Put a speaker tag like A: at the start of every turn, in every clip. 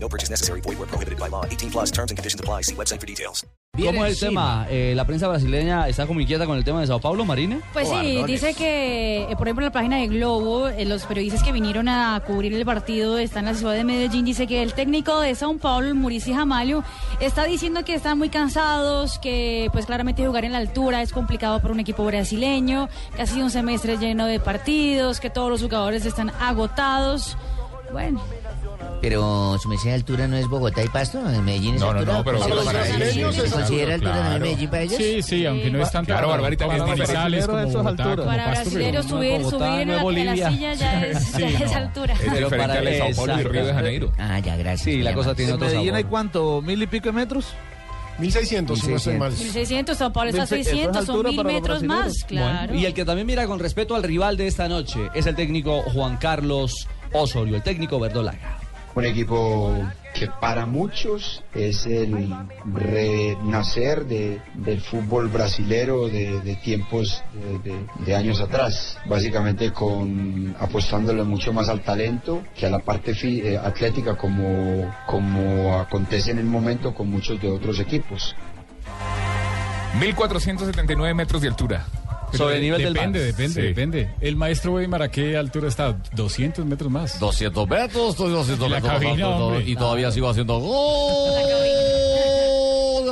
A: No purchase necessary. Void where prohibited by law. 18 plus terms and conditions apply. See website for details.
B: ¿Cómo es el tema? Eh, ¿La prensa brasileña está como inquieta con el tema de Sao Paulo, Marina?
C: Pues sí, dice que, eh, por ejemplo, la página de Globo, eh, los periodistas que vinieron a cubrir el partido están en la ciudad de Medellín, dice que el técnico de Sao Paulo, Murici Jamalio, está diciendo que están muy cansados, que pues claramente jugar en la altura es complicado para un equipo brasileño, que ha sido un semestre lleno de partidos, que todos los jugadores están agotados. Bueno,
D: Pero su mesía de altura no es Bogotá y Pasto, en Medellín es
E: No, no,
D: altura.
E: no, pero
D: ¿Se
E: para
D: considera- se
E: ellos es altura,
D: considera altura también
E: claro.
D: Medellín para ellos?
F: Sí, sí, aunque no es tanto
E: Claro, Barbarita,
F: como
E: que es
F: Manizales, como Bogotá, como
C: para
F: Pasto, pero-
C: brasileños
B: no es
C: subir,
B: Bogotá,
C: subir en
B: no es
C: la, en la
B: Bolivia.
C: silla ya es, ya es altura.
E: Es
B: Pero
E: diferente
B: para-
E: al de Sao Paulo y
B: exacto.
E: Río de Janeiro.
D: Ah, ya, gracias.
B: Sí,
D: muy
B: la cosa
D: amable.
B: tiene otro
G: Medellín
B: sabor.
G: hay cuánto, mil y pico de metros.
H: 1600, si no estoy mal.
C: 1600, Sao Paulo está a
G: Eso es
C: 600, son
G: altura
C: mil
G: para los
C: metros más,
G: brasileños.
C: claro.
B: Y el que también mira con respeto al rival de esta noche es el técnico Juan Carlos Osorio, el técnico verdolaga.
I: Un equipo que para muchos es el renacer de- del fútbol brasilero de, de tiempos de, de- de años atrás, básicamente con apostándole mucho más al talento que a la parte fi- eh, atlética como, como acontece en el momento con muchos de otros equipos.
E: 1479 metros de altura.
B: Sobre el nivel del
F: depende,
B: mar.
F: depende,
E: Sí.
F: depende. El maestro Weimar, ¿a qué altura está? 200 metros más.
H: 200 metros, estoy 200
F: Y la
H: metros.
F: cabina,
H: más alto,
F: hombre.
H: y
D: Ah.
H: todavía sigo haciendo gol.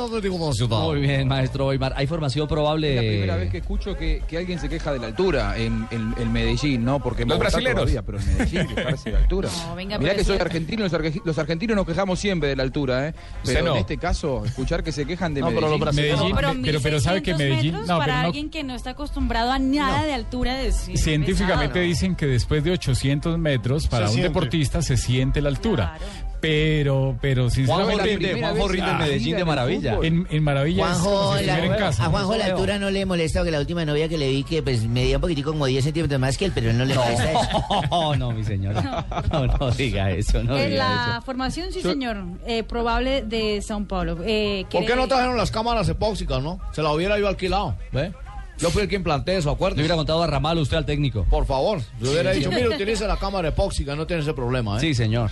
H: Atlético Nacional.
B: Muy bien, maestro Boimar. Hay formación probable.
G: La primera vez que escucho que, que alguien se queja de la altura en, en- en Medellín, ¿no? Porque en
E: Los
G: Bogotá
E: brasileros.
G: todavía, pero en Medellín quejarse de la altura.
C: No, venga,
G: Mirá
C: pero
G: que
C: es
G: soy
C: cierto.
G: argentino, los, arge- los argentinos nos quejamos siempre de la altura, ¿eh? Pero
E: Usted no.
G: en este caso, escuchar que se quejan de
F: No, pero los
G: Medellín.
F: brasileños-
C: No,
F: Medellín,
C: pero,
F: pero- pero sabe que
C: 1600
F: Medellín-
C: metros
F: no,
C: para
F: pero no-
C: alguien que no está acostumbrado a nada de altura es
F: Científicamente
C: pesado.
F: dicen que después de 800 metros, para un
H: siente.
F: deportista se siente la altura.
C: Claro.
F: Pero, pero
B: Juanjo
F: sinceramente,
B: rinde,
G: primera
B: Juanjo
G: vez
B: rinde en
G: así
B: Medellín de
G: en el
B: maravilla.
G: fútbol.
F: en, en Maravilla
D: Juanjo,
F: se
D: la-
F: recupera en casa.
D: a Juanjo la altura no le molesta que la última novia que le vi que pues medía un poquitico como 10 centímetros más que él, pero él no le molesta eso.
B: No, Oh, no, mi señora. No, no diga eso, no
C: En
B: diga
C: la
B: eso.
C: formación, sí, señor, eh, probable de Sao Paulo. Eh,
H: ¿Por
C: quiere-
H: qué no trajeron las cámaras epóxicas, no? Se las hubiera yo alquilado.
B: ¿Ve?
H: Yo fui el quien planteé eso,
B: Le hubiera
H: acuérdese.
B: contado a Ramal usted al técnico.
H: Por favor, yo hubiera dicho, mire, utilice la cámara epóxica, no tiene ese problema, ¿eh?
B: Sí, señor.